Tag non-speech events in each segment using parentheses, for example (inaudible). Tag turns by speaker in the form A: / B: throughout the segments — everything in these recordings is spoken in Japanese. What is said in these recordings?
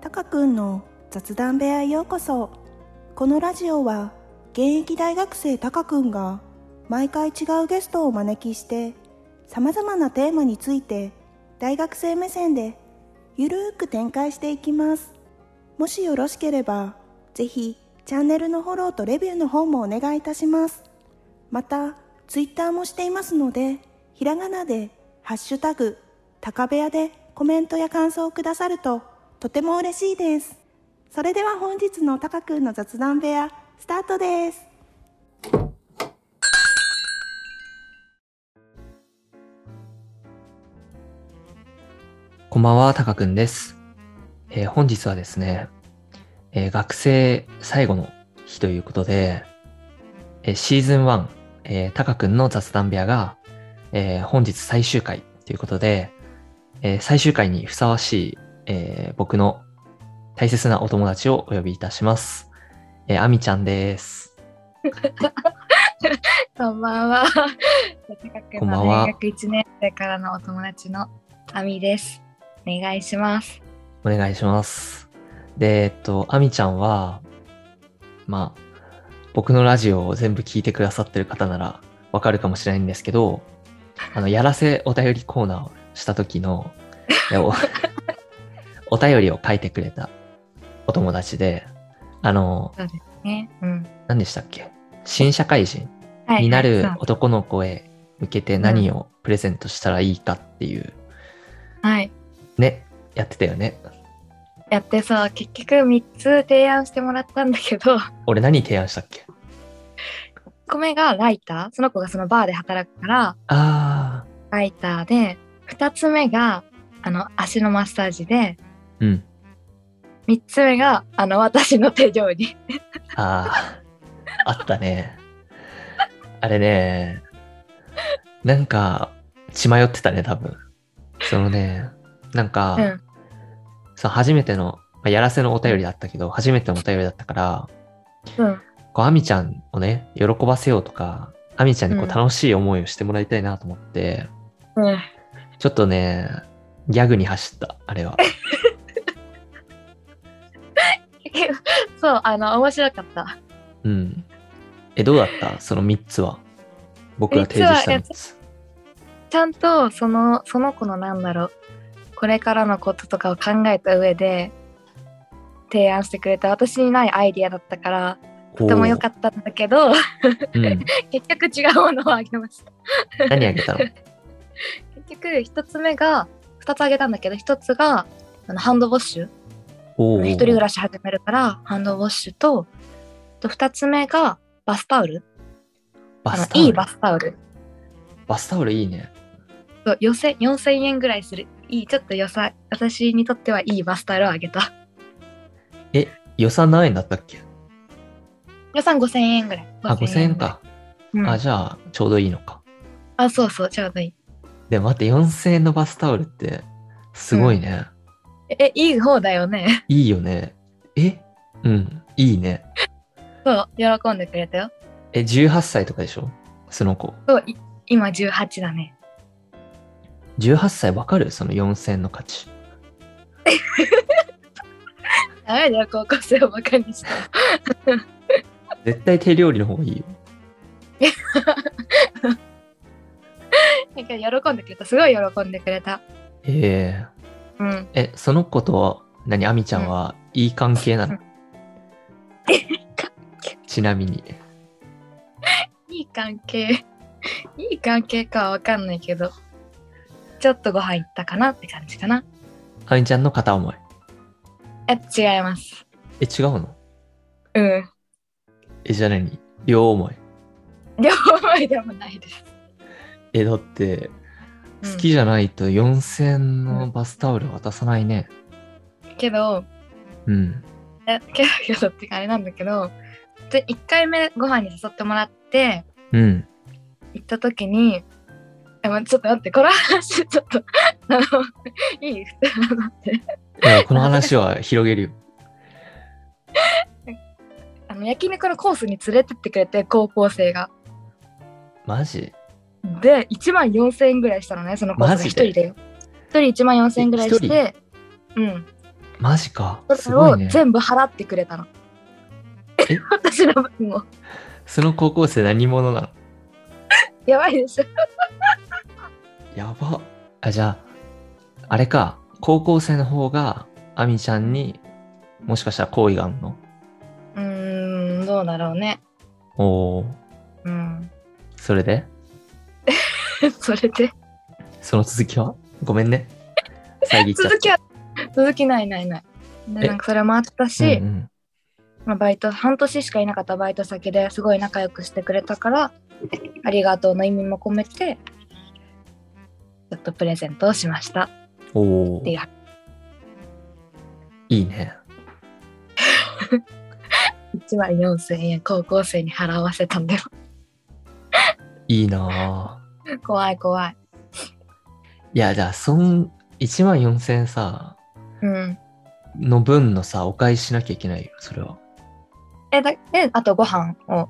A: たかくんの雑談部屋へようこそこのラジオは現役大学生たかくんが毎回違うゲストをお招きしてさまざまなテーマについて大学生目線でゆるーく展開していきますもしよろしければぜひチャンネルのフォローとレビューの方もお願いいたしますまたツイッターもしていますのでひらがなで「ハッシュタグ高部屋」でコメントや感想をくださるととても嬉しいですそれでは本日のたかくんの雑談部屋スタートです
B: こんばんは、たかくんです。えー本日はですね、えー学生最後の日ということで、えーシーズン1、えー、たかくんの雑談部屋が、えー本日最終回ということで、えー最終回にふさわしい、えー僕の大切なお友達をお呼びいたします。えー、あみちゃんです。
C: こんばんは。高
B: (laughs)
C: く
B: こんばん
C: の
B: は
C: 大学1年生からのお友達のあみです。お願いします。
B: お願いします。で、えっと、あみちゃんは、まあ、僕のラジオを全部聞いてくださってる方ならわかるかもしれないんですけど、あの、やらせお便りコーナーをした時の、いやお (laughs) お便りを書いてくれたお友達で、あの、
C: ね、うん。
B: 何でしたっけ新社会人
C: はい
B: にな
C: はい
B: る
C: そう
B: 男の子へ向けて何をプレゼントしたらいいかっていう、
C: はい。
B: ね、やってたよね。
C: やってさ、結局3つ提案してもらったんだけど、 (laughs)
B: 俺何提案したっけ
C: 米がライター、その子がそのバーで働くから、
B: あ
C: ライターで、2つ目が、あの、足のマッサージで、
B: ー、うん。
C: 3つ目が、あの、私の手料理。 (laughs)
B: ああ、あったね。あれね、なんか、血迷ってたね、多分。そのね、なんか、
C: うん
B: そう初めての、まあやらせのお便りだったけど、初めてのお便りだったから、
C: うん。
B: こう、あみちゃんをね、喜ばせようとか、あみちゃんにこう
C: うん
B: 楽しい思いをしてもらいたいなと思って、
C: うん。
B: ちょっとね、ギャグに走った、あ
C: (laughs)
B: れは。
C: そう、あの、面白かった。
B: うん。え、どうだったその3つは。僕が提示した3つ。
C: ちゃんと、その、その子のなんだろう、これからのこととかを考えた上で、提案してくれた私にないアイディアだったから、とても良かったんだけど、 (laughs)
B: た。うん。
C: 結局違うものをあげました。
B: 何あげたの
C: 結局、一つ目が、二つあげたんだけど、一つが、あのハンドウォッシュ。
B: (laughs) おお
C: 一人暮らし始めるから、ハンドウォッシュと、と二つ目が、バスタオル。
B: バス
C: あ
B: タ
C: の
B: オ
C: い
B: ル
C: いバスタオル。
B: バスタオルいいね
C: そうよせ4000円ぐらいするいいちょっと良さ私にとってはいいバスタオルをあげた
B: え予算何円だったっけ
C: 予算5000円ぐらい
B: あ5000円、か、
C: 5000ぐらいうん
B: あじゃあちょうどいいのか
C: あそうそうちょうどいい
B: でも待って4000円のバスタオルってすごいね、
C: えいい方だよね (laughs)
B: いいよねえうんいいね
C: そう喜んでくれたよ
B: え18歳とかでしょその子
C: そうい今18だね
B: 18歳わかるその4000円の価値
C: ダメだよ高校生をバカにした (laughs)
B: 絶対手料理の方がいいよ
C: だけど喜んでくれたすごい喜んでくれた
B: え
C: うん
B: ー、えその子と何あみちゃんはいい関係なの、
C: うん (laughs)
B: ちなみに
C: いい関係 (laughs) いい関係かはわかんないけどちょっとご飯行ったかなって感じかな
B: あみちゃんの片思い
C: え違います
B: え違うの
C: うん
B: えじゃあ何両思い
C: 両思いでもないです、
B: えだって
C: うん
B: 好きじゃないと4000円のバスタオル渡さないね。
C: けど
B: うん。
C: えけどけどってかあれなんだけどで1回目ご飯に誘ってもらって (laughs)
B: うん。
C: 行った時にえ、ま、ちょっと待ってこの話ちょっと (laughs) あのいい (laughs) 普通のって
B: いやこの話は広げるよ。
C: あの焼肉のコースに連れてってくれて高校生が
B: マジ
C: で1万4000円ぐらいしたのねそのコース
B: マ
C: が
B: ジ
C: 1
B: で
C: 人でよ1人1万4000円ぐらいしてうん
B: マジか。す
C: それ
B: ごい
C: を
B: ね。
C: 全部払ってくれたの。
B: え
C: (laughs) 私の分も。
B: その高校生何者なの
C: やばいでしょ。
B: やば。あ、じゃあ、あれか。高校生の方が、アミちゃんに、もしかしたら好意があんの
C: うーん、どうだろうね。
B: おおー。
C: うん。 (laughs)
B: それで
C: それで、
B: その続きはごめん
C: (laughs)
B: ね。遮っちゃっ
C: 続き
B: て。
C: は、続きないないない。
B: え
C: で、なんかそれもあったし、
B: うんうん
C: まあ、バイト、半年しかいなかったバイト先ですごい仲良くしてくれたから、ありがとうの意味も込めて、ちょっとプレゼントをしましたっ
B: おお
C: ていう。
B: いいね。
C: 1万4000円高校生に払わせたんだよ (laughs)
B: いいなぁ。
C: 怖い怖い
B: いや、じゃあ、そん、1万4000円さ、
C: うん
B: の分のさ、お返ししなきゃいけないよ、それは。
C: えだえあとご飯を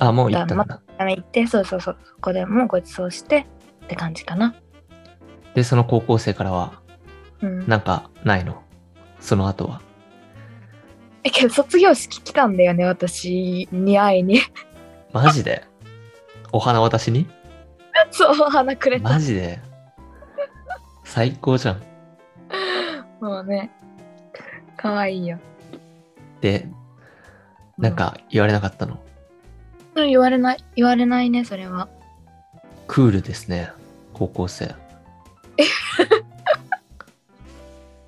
B: あ、もう行ったん
C: だ
B: だ。
C: 食べ行ってそうそうそうそこでもごちそうしてって感じかな
B: で、その高校生からは、
C: うん
B: なんか、ないのその後は。
C: えけど卒業式来たんだよね私に会いに (laughs)
B: マジでお花渡しに
C: そうお花くれた
B: マジで最高じゃん。
C: もうね可愛いよ
B: で、なんか言われなかったの。
C: うん言われない言われないねそれは
B: クールですね、高校生。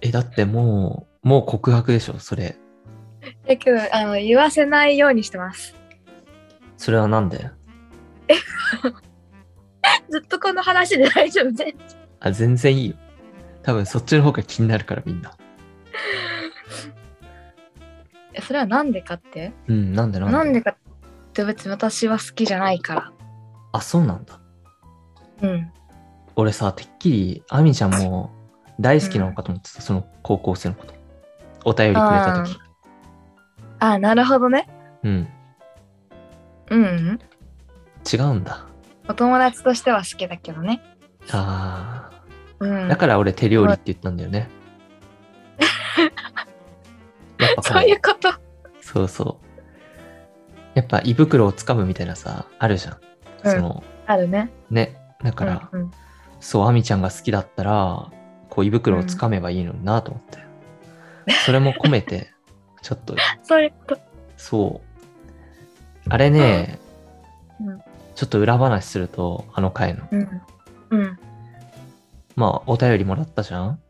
B: え、だってもう、もう告白でしょ、それ。
C: だけどあの言わせないようにしてます
B: それはなんで
C: ずっとこの話で大丈夫全
B: あ、全然いいよ。多分そっちの方が気になるからみんな。
C: (laughs) えそれはなんでかって
B: うん、なんでなんで
C: なんでかって別に私は好きじゃないから
B: あ、そうなんだ。
C: うん
B: 俺さ、てっきり、あみちゃんも大好きなのかと思ってた、その高校生のこと。お便りくれた時。
C: あなるほどね
B: うん、
C: うんうん
B: 違うんだ。
C: お友達としては好きだけどね
B: ああ、
C: うん
B: だから俺手料理って言ったんだよ
C: (laughs)
B: ね。やっぱこ
C: そういうこと
B: そうそう。やっぱ胃袋をつかむみたいなさ、あるじゃん。
C: うん
B: その、
C: あるね
B: ね。だから、
C: うんうん
B: そう、アミちゃんが好きだったら、こう胃袋をつかめばいいのになと思って。それも込めて、 (laughs) ちょっと、
C: そういうこと
B: そう。あれね、
C: うん
B: ちょっと裏話すると、あの回の。
C: うんうん
B: まあ、お便りもらったじゃん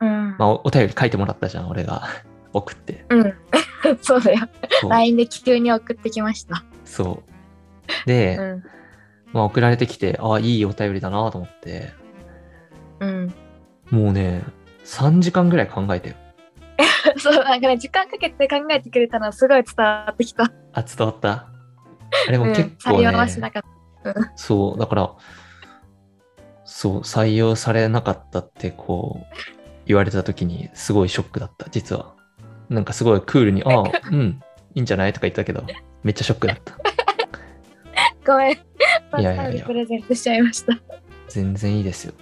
C: うん、
B: まあ、おお便り書いてもらったじゃん、俺が。 (laughs) 送って。
C: うん (laughs) そうだよ
B: そう。
C: LINE で急に送ってきました
B: そうで、
C: うん
B: まあ、送られてきて、ああ、いいお便りだなと思って、
C: うん、 (laughs)
B: もうね、3時間ぐらい考えてよ。
C: そうなんかね時間かけて考えてくれたのはすごい伝わってきた、
B: あ、伝わった。あれ
C: う
B: も
C: ん、
B: 結
C: 採
B: 構ね
C: 用、はしなかった
B: そう、だから、そう、採用されなかったってこう、言われた時にすごいショックだった、実は。なんかすごいクールに、 (laughs) ああ、うん、いいんじゃないとか言ったけど、めっちゃショックだった。
C: ごめ
B: い
C: ん
B: やいやいや
C: 誕生日プレゼントしちゃいました
B: 全然いいですよ。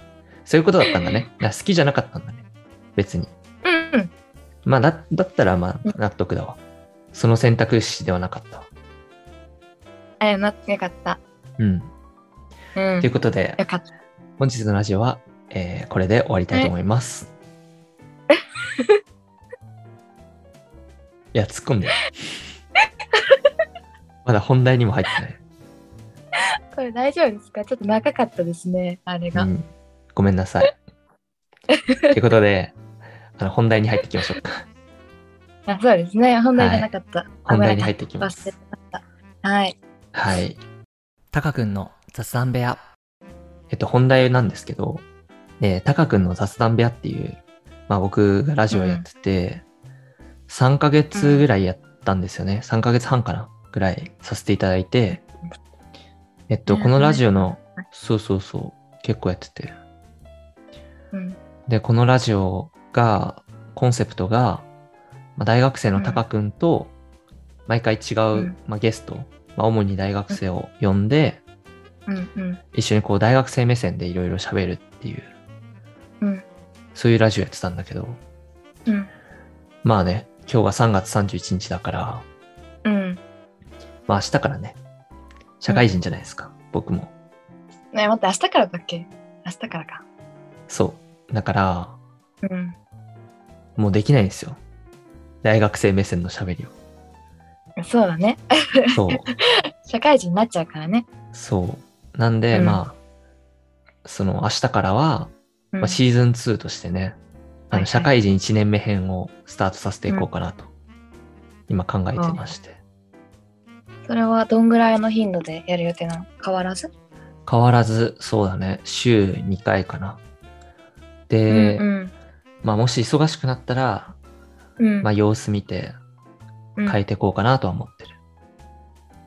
B: そういうことだったんだね。だから好きじゃなかったんだね。別に。
C: うんうん
B: まあ、だだったらまあ
C: うん
B: 納得だわ。その選択肢ではなかったわ。
C: あれなってよかった
B: うん。
C: うん
B: ということで、
C: よかった
B: 本日のラジオは、えーこれで終わりたいと思います。いや、突っ込んでよ。 (laughs) まだ本題にも入ってない。
C: これ大丈夫ですかちょっと長かったですねあれが、
B: うん、ごめんなさい。ということで、あの本題に入っていきましょうか。
C: あそうですね本題じゃなかった、
B: 本題に入っていきま
C: 忘れ
B: す
C: て。ましたはい
B: はい。タカ君の雑談部屋。えっと、本題なんですけど、えー、タカ君の雑談部屋っていう、まあ僕がラジオやってて、3ヶ月ぐらいやったんですよね。3ヶ月半かなぐらいさせていただいて、えっと、
C: うん
B: このラジオの
C: うん、
B: そうそうそう、結構やってて。
C: うん
B: で、このラジオが、コンセプトが、まあ、大学生のタカ君と、毎回違う、
C: うん
B: まあ、ゲスト、まあ、主に大学生を呼んで、
C: うんうん
B: 一緒にこう大学生目線でいろいろ喋るっていう、
C: うん
B: そういうラジオやってたんだけど、
C: うん
B: まあね、今日が3月31日だから、
C: うん
B: まあ明日からね、社会人じゃないですか、僕も。
C: ね待って明日からだっけ明日からか
B: そう。だから、
C: うん
B: もうできないんですよ。大学生目線の喋りを。
C: そうだね (laughs)
B: そう。
C: 社会人になっちゃうからね、
B: そう。なんで、
C: うん
B: まあ、その明日からは、
C: うん
B: まあ、シーズン2としてね、あ
C: はいは
B: の
C: い
B: 社会人1年目編をスタートさせていこうかなと、今考えてまして。
C: それはどんぐらいの頻度でやる予定なの変わらず、
B: 変わらず、そうだね、週2回かな。で、
C: うん
B: まあ、もし忙しくなったら、
C: うんうん
B: まあ、様子見て
C: うん
B: 変えていこうかなとは思ってる。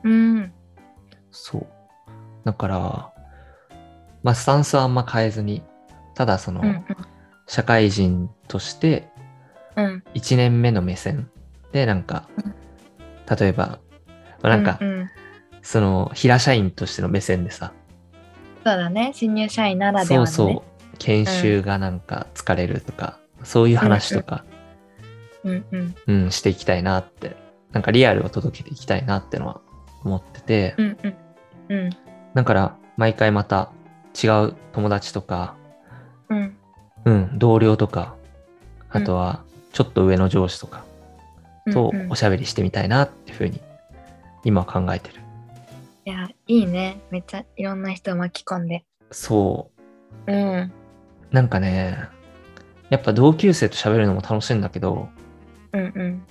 C: うん
B: そう。だから、まあ、スタンスはあんま変えずに、ただその、
C: うん
B: 社会人として
C: うん
B: 1年目の目線でなんか
C: うん
B: 例えばまあなんか、
C: うんうん
B: その平社員としての目線でさ、
C: そうだね新入社員ならで
B: そ
C: はの
B: う
C: ね
B: そう研修がなんか疲れるとか、そういう話とか、
C: うんうん
B: うんしていきたいなってなんかリアルを届けていきたいなってのは思ってて、
C: うんうんうん
B: だから毎回また違う友達とか、
C: うん
B: うん、同僚とか
C: う
B: あ
C: ん
B: とはちょっと上の上司とか
C: うん
B: と
C: うん
B: おしゃべりしてみたいなっていうふうに今は考えてる。
C: いやいいねめっちゃいろんな人を巻き込んで
B: そう
C: うん
B: なんかね、やっぱ同級生と喋るのも楽しいんだけど、
C: うんうん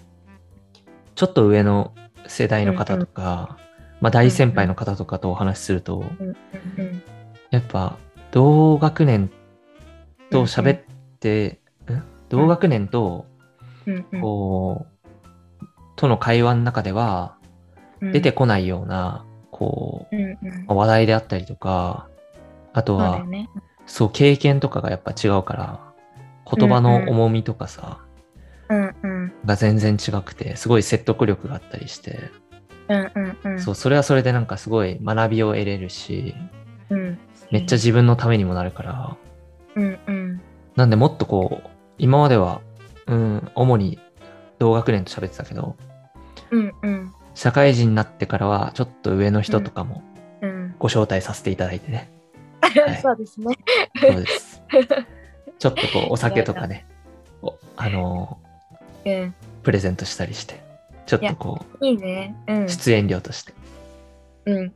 B: ちょっと上の世代の方とか、まあ大先輩の方とかとお話しすると、
C: うんうん
B: やっぱ同学年と喋って、ん同学年と、
C: うんうん
B: こう、との会話の中では
C: うん
B: 出てこないような、こ
C: うんうん
B: う、話題であったりとか、あと
C: そうだ
B: は
C: よ、ね
B: そう、経験とかがやっぱ違うから、言葉の重みとかさ、
C: うんうん
B: が全然違くてすごい説得力があったりして、
C: うんうんうん
B: そうそれはそれでなんかすごい学びを得れるし
C: うん
B: めっちゃ自分のためにもなるから、
C: うんうん
B: なんでもっとこう今までは、うん、主に同学年と喋ってたけど
C: うんうん
B: 社会人になってからはちょっと上の人とかも
C: うん
B: ご招待させていただいて
C: (laughs)
B: ね、い
C: そうですね
B: そうですちょっとこうお酒とか
C: (laughs)
B: ねおあの
C: うん
B: プレゼントしたりしてちょっとこ
C: いいねうん
B: う出演料として
C: うん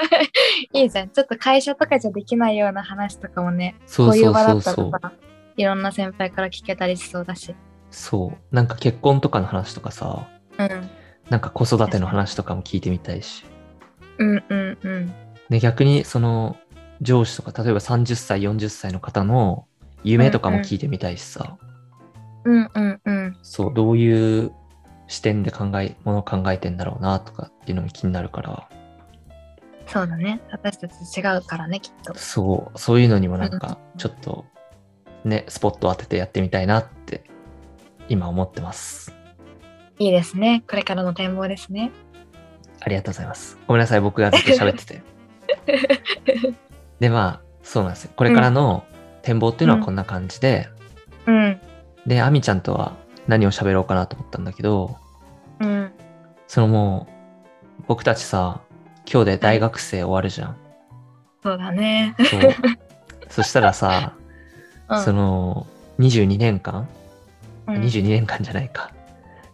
C: (laughs) いいじゃんちょっと会社とかじゃできないような話とかもね
B: そう
C: こうい
B: そうう
C: 場だ
B: そ
C: っ
B: うそ
C: たら
B: う
C: さいろんな先輩から聞けたりしそうだし
B: そう。なんか結婚とかの話とかさ、
C: うん
B: なんか子育ての話とかも聞いてみたいし。
C: うんうんうん
B: で、逆にその上司とか、例えば30歳、40歳の方の夢とかも聞いてみたいしさ、
C: うんうんうん
B: そう、どういう視点で考え、ものを考えてんだろうなとかっていうのも気になるから、
C: そうだね私たち違うからねきっと
B: そう、そういうのにもなんか
C: うん
B: ちょっとね、スポットを当ててやってみたいなって今思ってます。
C: いいですねこれからの展望ですね
B: ありがとうございます。ごめんなさい、僕がずっと喋ってて。で、まあ、そうなんですよ。これからの展望っていうのはこんな感じで、
C: うん
B: で、あみちゃんとは何を喋ろうかなと思ったんだけど、
C: うん
B: そのもう、僕たちさ、今日で大学生終わるじゃん。
C: そうだね
B: そう。そしたらさ、
C: うん
B: その、22年間、
C: うん
B: 22年間じゃないか。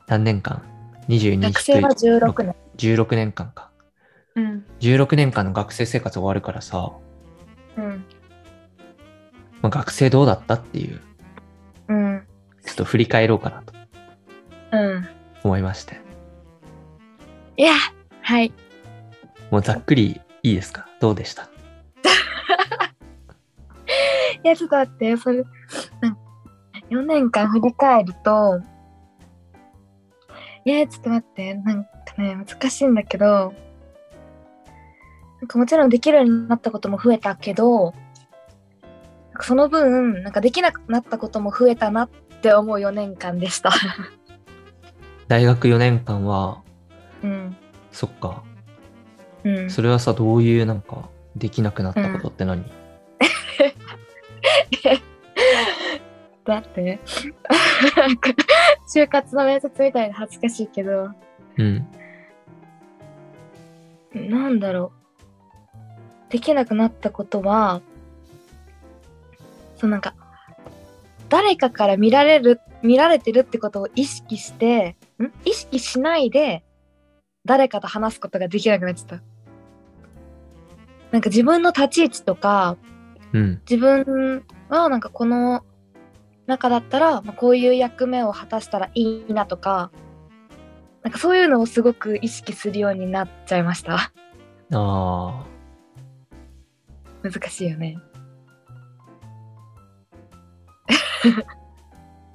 B: 何年間 ?22
C: 学生は16年
B: 16年間か。
C: うん
B: 16年間の学生生活終わるからさ、
C: うん
B: まあ、学生どうだったっていう、
C: うん
B: ちょっと振り返ろうかなと
C: うん
B: 思いまして。
C: いやはい
B: もうざっくりいいですかどうでした
C: いやちょっと待ってそれなん4年間振り返るといやちょっと待ってなんかね難しいんだけどなんかもちろんできるようになったことも増えたけどなんかその分なんかできなくなったことも増えたなって思う4年間で
B: (laughs)
C: した、
B: 大学4年間は、
C: うん
B: そっか。
C: うん、
B: それはさ、どういうなんか、できなくなったことって何、
C: だって、 (laughs) なんか就活の面接みたいで恥ずかしいけど、
B: うん。
C: なんだろう。できなくなったことは、そうなんか、誰かから見られる、見られてるってことを意識して、ん意識しないで、誰かと話すことができなくなっちゃった。なんか自分の立ち位置とか、
B: うん。
C: 自分はなんかこの中だったら、まあ、こういう役目を果たしたらいいなとか、なんかそういうのをすごく意識するようになっちゃいました。
B: あ
C: 難しいよね。
B: あ。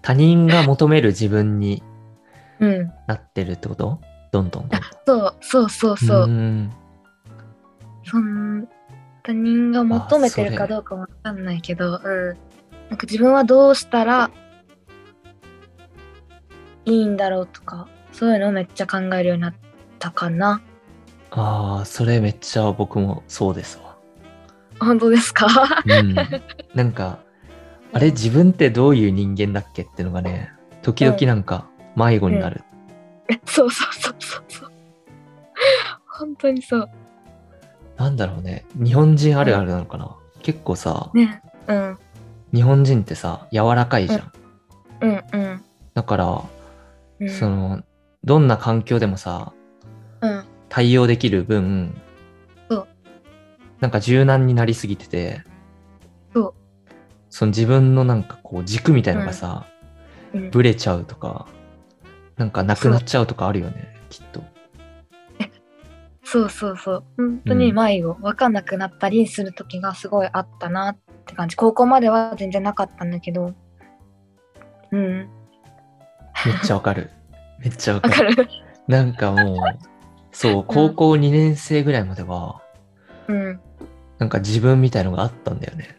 B: 他人が求める自分に
C: うん。
B: なってるってことどんどんどんどん。
C: そうそうそうそうう。
B: ん
C: そん他人が求めてる
B: あそれ
C: かどうかわかんないけど、うん。なんか自分はどうしたらいいんだろうとか、そういうのをめっちゃ考えるようになったかな。
B: ああ、それめっちゃ僕もそうですわ。
C: 本当ですか (laughs)
B: うん。なんか、あれ自分ってどういう人間だっけってのがね、時々なんか迷子になる。
C: そうそうそうそうそう。本当にそう。
B: なんだろうね。日本人あるあるなのかな。結構さ、
C: ね。うん。
B: 日本人ってさ、柔らかいじゃん。
C: うんうん。
B: だから、
C: うん、
B: その、どんな環境でもさ、
C: うん。
B: 対応できる分、
C: そう
B: なんか柔軟になりすぎてて、
C: そう
B: その自分のなんかこう軸みたいのがさ、
C: うん
B: ブレちゃうとか、なんかなくなっちゃうとかあるよね、きっと。
C: そうそうそう本当に迷子、分かんなくなったりする時がすごいあったなって感じ高校までは全然なかったんだけどうん
B: めっちゃわか
C: (laughs)
B: る。めっちゃわか
C: わ
B: る。
C: かる
B: なんかもう、そう、高校2年生ぐらいまでは、
C: うん
B: なんか自分みたいのがあったんだよね。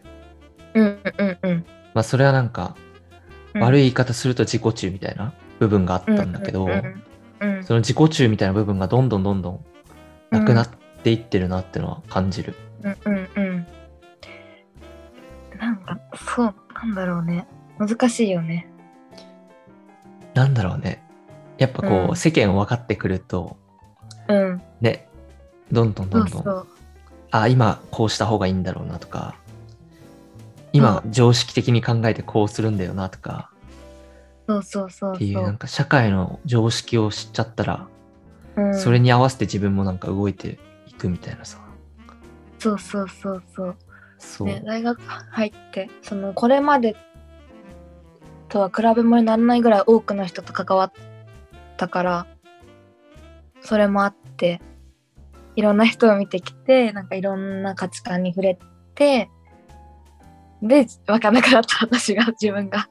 C: うんうんうん
B: まあそれはなんか、
C: うん
B: 悪い
C: い
B: 言い方すると自己中みたいな部分があったんだけど、
C: うんうんうんうん
B: その自己中みたいな部分がどんどんどんどんなくなっていってるなってのは感じる。
C: うんうんうんなんかそうなんだろうね難しいよね
B: なんだろうね。やっぱこう、
C: うん
B: 世間を分かってくると、
C: うん
B: ね、どんどんど
C: そ
B: ん
C: う
B: どん、
C: そう
B: あ、今こうした方がいいんだろうなとか、今常識的に考えてこうするんだよなとか、
C: そうそうそう
B: っていう
C: そ
B: なん
C: う
B: か社会の常識を知っちゃったら、
C: うん
B: それに合わせて自分もなんか動いていくみたいなさ。
C: そうそうそうそう
B: そう。
C: ね、大学入ってそのこれまでとは比べ物にならないぐらい多くの人と関わったからそれもあっていろんな人を見てきてなんかいろんな価値観に触れてで分かんなくなった (laughs) 私が自分が。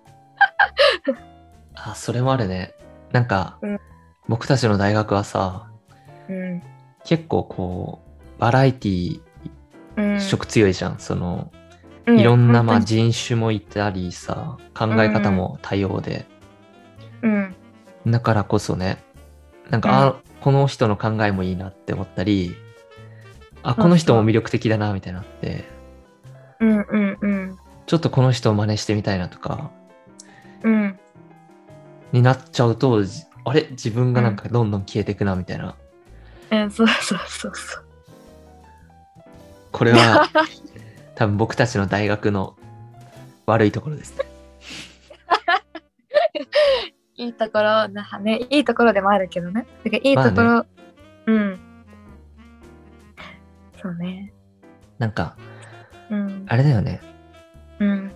B: あ、それもあるね。なんか、
C: うん
B: 僕たちの大学はさ、
C: うん
B: 結構こう、バラエティ
C: うん、
B: 色強いじゃん、その
C: うん
B: いろんなまあ
C: 本
B: 人種もいたりさ考え方も多様で、
C: 当にうん
B: だからこそねなんか、あこの人の考えもいいなって思ったりあこの人も魅力的だなみたいなって
C: うんうんうん
B: ちょっとこの人を真似してみたいなとか
C: うん
B: になっちゃうとじあれ自分がなんかどんどん消えていくなみたいな、
C: うんそうそうそうそう
B: これ
C: (laughs)
B: は多分僕たちの大学の悪いところですね
C: いいところなね、いいところでもあるけどね。だからいいところ、
B: ま
C: うん。そうね。
B: なんか
C: うん。
B: あれだよね
C: うん。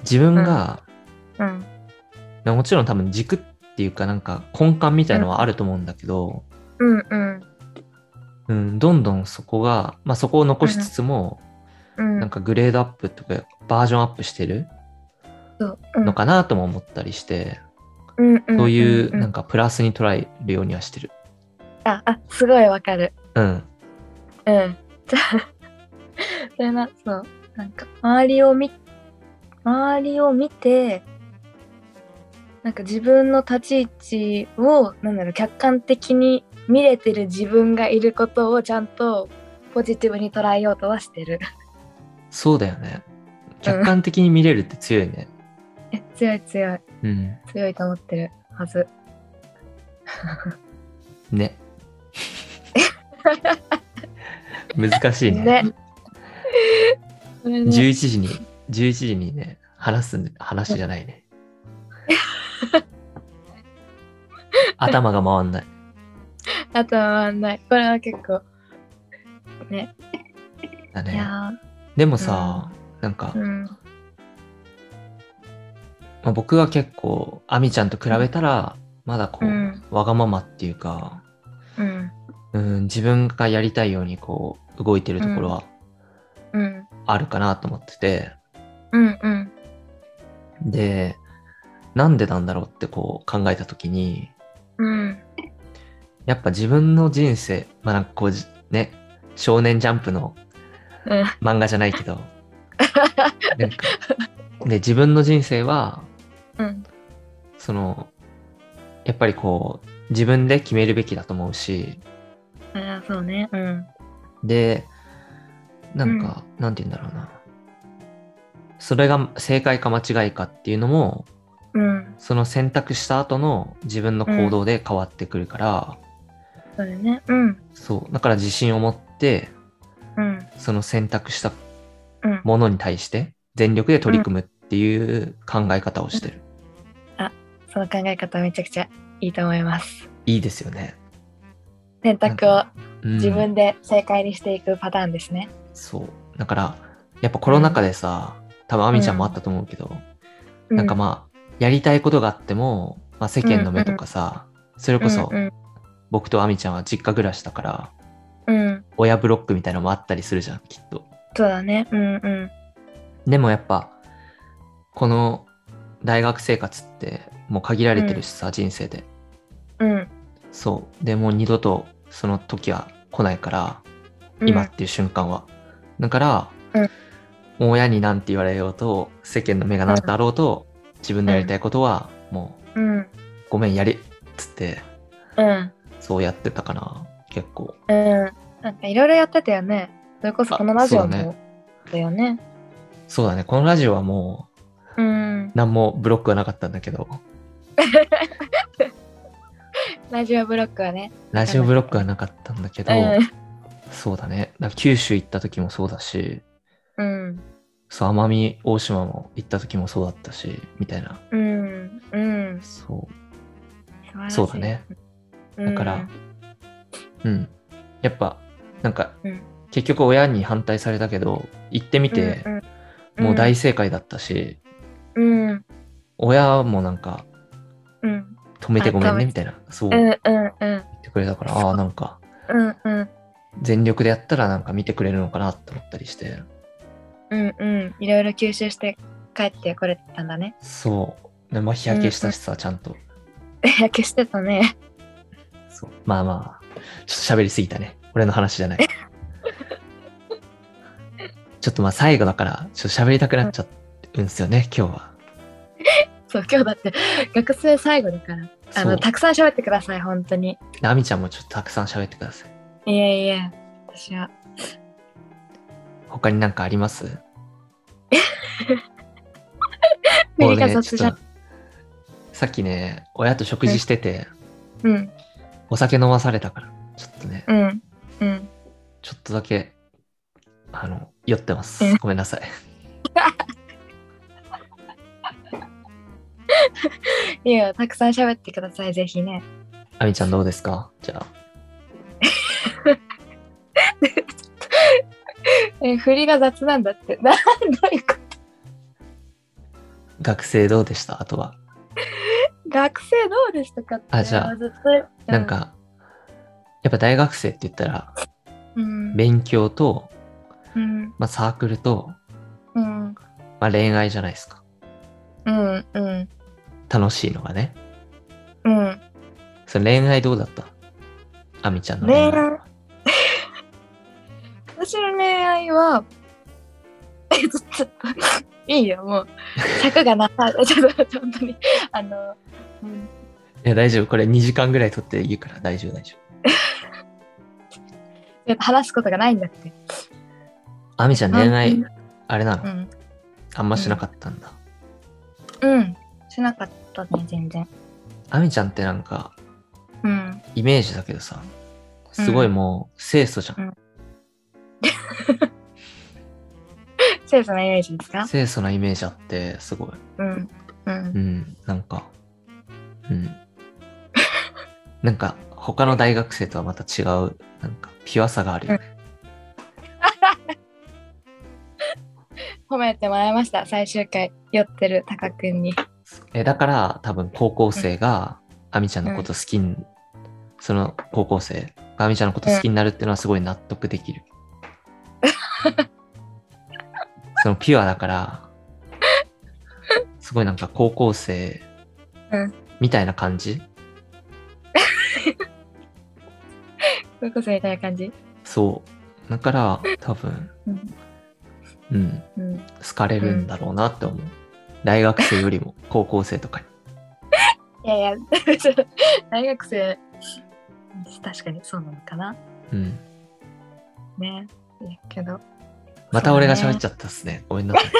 B: 自分が、
C: うん。
B: まあもちろん多分軸っていうかなんか根幹みたいのはあると思うんだけど、
C: うん。うん。
B: うんどんどんそこが、まあ、そこを残しつつも、
C: うん。
B: なんかグレードアップとかバージョンアップしてる
C: そう、
B: のかなとも思ったりして、
C: うん、うん。
B: そういう
C: うん
B: なんかプラスに捉えるようにはしてる。
C: あ、あ、すごいわかる。
B: うん。
C: うん。 (laughs) じゃあ、それな、そう。なんか、周りを見、周りを見て、なんか自分の立ち位置を、なんだろう、客観的に見れてる自分がいることをちゃんとポジティブに捉えようとはしてる。 (laughs)
B: そうだよね。客観的に見れるって強いね。
C: え強い強い
B: うん。
C: 強いと思ってるはず (laughs)
B: ね。難しいね。
C: ねそれね
B: 11時に、11時にね、話すん、話じゃ
C: (laughs)
B: ないね。頭が回んない。
C: あとは回んないこれは結構ね
B: だ
C: い
B: ね。
C: や
B: でもさ、なんか、
C: ーうん
B: まあ、僕は結構、アミちゃんと比べたら、まだこう、
C: うん
B: わがままっていうか、
C: うん
B: うん、自分がやりたいようにこう、動いてるところは
C: うん
B: あるかなと思ってて、
C: うんうん
B: で、なんでなんだろうってこう考えたときに、
C: うん
B: やっぱ自分の人生、まあなんかこうじ、ね、少年ジャンプの
C: うん
B: 漫画じゃないけど、なんかで、自分の人生は、
C: うん
B: その、やっぱりこう、自分で決めるべきだと思うし、
C: ああそうねうん
B: で、なんか、なんて言うんだろうな。それが正解か間違いかっていうのも、
C: うん
B: その選択した後の自分の行動で変わってくるから、
C: そうだねうん
B: そう、だから自信を持って、
C: うん
B: その選択した
C: うん
B: ものに対して全力で取り組むっていう考え方をしてる。
C: その考え方めちゃくちゃいいと思います
B: いいですよね。
C: 選択を
B: うん
C: 自分で正解にしていくパターンですね
B: そう。だから、やっぱコロナ禍でさ、多分アミちゃんもあったと思うけど、なんか
C: あ
B: まあ、やりたいことがあっても、まあ、世間の目とかさ、それこそ
C: うん
B: 僕とアミちゃんは実家暮らしだから、
C: うんうん
B: 親ブロックみたいなのもあったりするじゃん、きっと。
C: そうだねうんうん
B: でもやっぱ、この大学生活ってもう限られてるしさ、人生で。
C: うん
B: そう。でもう二度とその時は来ないから、
C: うん
B: 今っていう瞬間は。だから、
C: うん
B: もう親に何て言われようと、世間の目が何だろうと、自分のやりたいことは、もう、
C: うん
B: ごめん、やれっつって、
C: うん
B: そうやってたかな、結構。
C: うんなんかいろいろやってたよねそれこそこのラジ
B: あ
C: オ
B: そうだ
C: もだよね
B: そうだね、このラジオはもう、
C: うん
B: 何もブロックはなかったんだけど、
C: ラジオブロックはね
B: ラジオブロックはなかったんだけど、
C: う
B: そうだね、だから九州行った時もそうだし、
C: んうん
B: そう、奄美大島も行った時もそうだったし、みたいな。
C: うんうん
B: そう。
C: 素晴らしい
B: そうだね。だから、うん。やっぱ、なんか、
C: うん
B: 結局親に反対されたけど、行ってみて、
C: うんうん
B: もう大正解だったし、
C: うんうん
B: 親もなんか、
C: うん
B: 止めてごめ
C: あ止
B: ん
C: め
B: ね、
C: て
B: みたいな、そう
C: う
B: 言っ
C: んうんうん
B: てくれたから、ああ、なんか、
C: うんうん
B: 全力でやったらなんか見てくれるのかなって思ったりして、
C: うんうんいろいろ吸収して帰ってこれたんだね (laughs)
B: そう。でまあ、日焼けしたしさ、ちゃんと。
C: 消してたね (laughs)
B: そうまあまあ、ちょっと喋りすぎたね。俺の話じゃ
C: (laughs)
B: ない。ちょっとまあ最後だから、ちょっと喋りたくなっちゃうんですよね、今日は。
C: そう今日だって (laughs) 学生最後だからあ
B: そ
C: の
B: う
C: たくさん喋ってください本当に
B: でアミちゃんもちょっとたくさん喋ってください。
C: いえいえ私は
B: 他になんかあります
C: 振
B: もうね
C: りが雑じゃん
B: ちょっとさっきね、親と食事してて、
C: うん
B: お酒飲まされたから、ちょっとね、
C: うんうん
B: ちょっとだけ、あの、酔ってます
C: うん。
B: ごめんなさい。
C: いやたくさん喋ってくださいぜひね
B: アミちゃんどうですかじゃあ。
C: え振りが雑なんだって (laughs) などういうこと
B: 学生どうでしたあとは。
C: 学生どうでしたかって
B: あじゃあ
C: ずっと
B: なん、か、やっぱ大学生って言ったら、
C: うん、
B: 勉強と、
C: うん
B: まあ、サークルと、
C: うん
B: まあ、恋愛じゃないですか。
C: うんうん
B: 楽しいのがね。
C: うん
B: それ恋愛どうだったアミちゃんの
C: 恋愛私の恋愛は (laughs) えちょちょっといいよもう尺がなさ (laughs) ちょっと待って本当にあの、うん、
B: いや、大丈夫。これ2時間ぐらい撮って言うから大丈夫、大丈夫。
C: ちょっと話すことがないんだって
B: アミちゃん
C: あ
B: 恋愛
C: うん、
B: あれな
C: う
B: の
C: ん
B: あんましなかったんだ。
C: うんしなかったね全然
B: あみちゃんってなんか、
C: うん
B: イメージだけどさ、すごいもう、清楚じゃん。
C: 清楚なイメージですか
B: 清楚なイメージあって、すごい。
C: うんう
B: う
C: ん
B: ん、なんか、
C: (laughs)
B: うん。なんか、他の大学生とはまた違う、なんか、ピュアさがあるよね。
C: 褒めてもらいました最終回酔ってるタカ君に
B: え、だから、多分、高校生が、あみちゃんのこと好きに、その高校生があみちゃんのこと好きになるっていうのはすごい納得でき
C: (laughs)
B: る。そのピュアだから、すごいなんか高校生
C: うん
B: みたいな感じ、
C: 高校生みたいな感じ
B: そう。だから、多分、
C: うん
B: うん、
C: うん
B: 好かれるんだろうなって思う。大学生よりも高校生とかに。
C: いやい (laughs) や大学生確かにそうなのかな
B: うん。
C: ねいやけど
B: また俺が喋っちゃったっすね。ごめんなさい。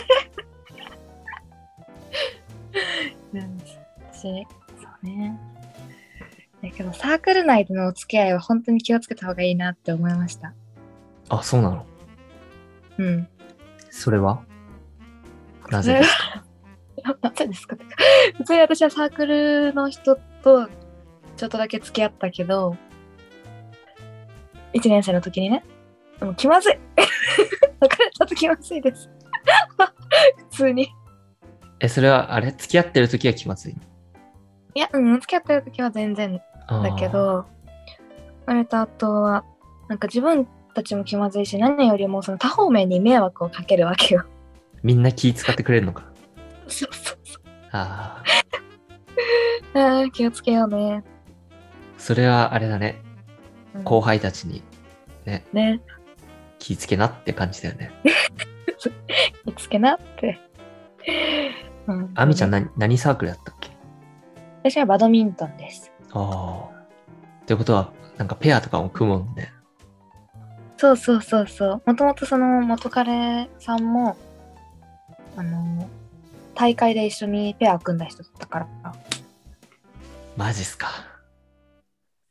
C: うん、私、そうね。だけど、サークル内でのお付き合いは本当に気をつけた方がいいなって思いました。
B: あ、そうなの。
C: うん。
B: それはなぜですか
C: なんでですか (laughs) 普通に私はサークルの人とちょっとだけ付き合ったけど、1年生の時にね、もう気まずい (laughs) 別れたと気まずいです。 (laughs) 普通に。
B: (laughs) え、それは、あれ付き合ってる時は気まずい。
C: いや、うん、付き合ってる時は全然
B: あー
C: だけ。ど割とあとはなんか自分たちも気まずいし何よりもその他方面に迷惑をかけるわけよ。
B: みんな気使ってくれるのか。
C: そうそうそ
B: ああ。
C: うあー気をつけようね。
B: それは、あれだね。
C: うん
B: 後輩たちに
C: ね
B: 気付けなって感じだよね。
C: 気をつけなって。うん
B: あみちゃん何、何サークルやったっけ
C: 私はバドミントンです。
B: ああ。ということは、なんかペアとかも組むもんね。
C: そうそうそうそう。もともとその元彼さんもあの大会で一緒にペア組んだ人だったから
B: マジっすか。